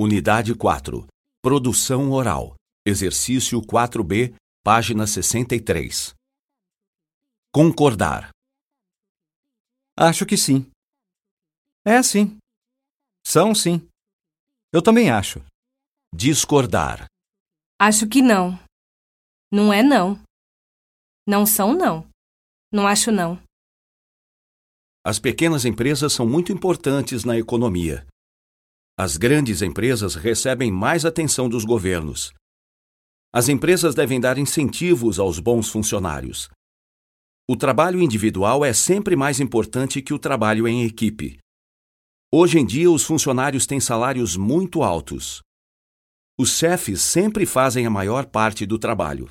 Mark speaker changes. Speaker 1: Unidade 4. Produção oral. Exercício 4B, página 63. Concordar.
Speaker 2: Acho que sim. É sim. São sim. Eu também acho.
Speaker 1: Discordar.
Speaker 3: Acho que não. Não é não. Não são não. Não acho não.
Speaker 1: As pequenas empresas são muito importantes na economia. As grandes empresas recebem mais atenção dos governos. As empresas devem dar incentivos aos bons funcionários. O trabalho individual é sempre mais importante que o trabalho em equipe. Hoje em dia, os funcionários têm salários muito altos. Os chefes sempre fazem a maior parte do trabalho.